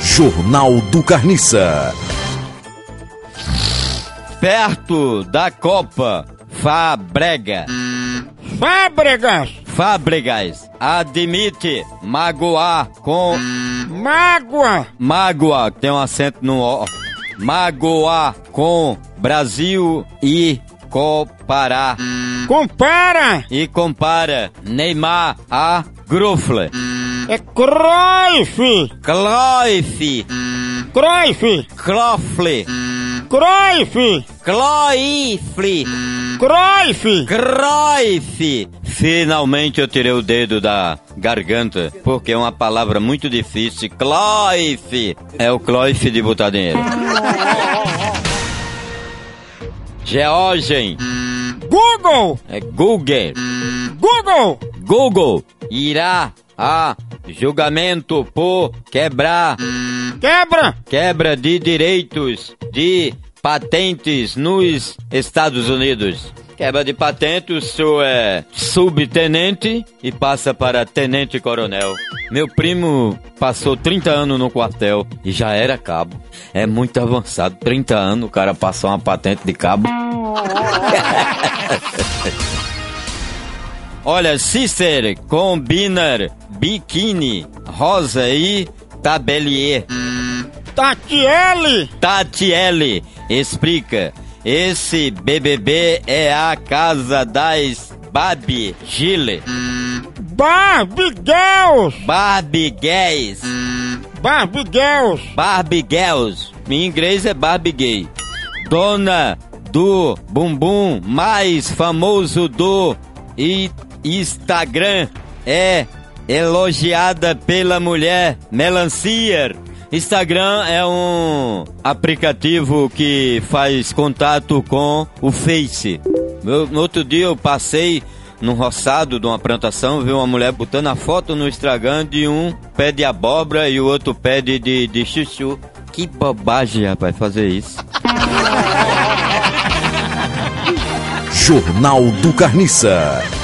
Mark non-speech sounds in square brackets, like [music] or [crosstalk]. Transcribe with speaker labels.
Speaker 1: Jornal do Carniça.
Speaker 2: Perto da Copa, Fabrega.
Speaker 3: Fábregas,
Speaker 2: Fábricas admite magoar com
Speaker 3: mágoa,
Speaker 2: mágoa, tem um acento no O. Magoar com Brasil e comparar.
Speaker 3: compara,
Speaker 2: E compara Neymar a Grufler.
Speaker 3: é Cruyff,
Speaker 2: Cruyff,
Speaker 3: Cruyff,
Speaker 2: Crofle,
Speaker 3: Cruyff,
Speaker 2: Cruyff,
Speaker 3: Cruyff.
Speaker 2: Cruyff. Finalmente eu tirei o dedo da garganta, porque é uma palavra muito difícil. Cruyff é o Cruyff de botar dinheiro. Georgen,
Speaker 3: Google,
Speaker 2: é Google,
Speaker 3: Google,
Speaker 2: Google irá a julgamento por quebrar
Speaker 3: quebra,
Speaker 2: quebra de direitos de patentes nos Estados Unidos. Quebra de patente, o senhor é subtenente e passa para tenente-coronel. Meu primo passou 30 anos no quartel e já era cabo. É muito avançado, 30 anos o cara passou uma patente de cabo. [laughs] Olha, Cícer combina biquíni, rosa e tabelier.
Speaker 3: Tatiele,
Speaker 2: Tatiele explica: esse BBB é a casa das Babi Gile,
Speaker 3: Barbie Girls,
Speaker 2: Barbie Gays,
Speaker 3: Barbie Girls,
Speaker 2: Barbie Girls. Em inglês é Barbie Gay. Dona do bumbum mais famoso do I- Instagram é elogiada pela mulher Melancia. Instagram é um aplicativo que faz contato com o Face. Eu- no outro dia eu passei num roçado de uma plantação, vi uma mulher botando a foto no Instagram de um pé de abóbora e o outro pé de, de, de chuchu. Que bobagem, rapaz, fazer isso.
Speaker 1: Jornal do Carniça.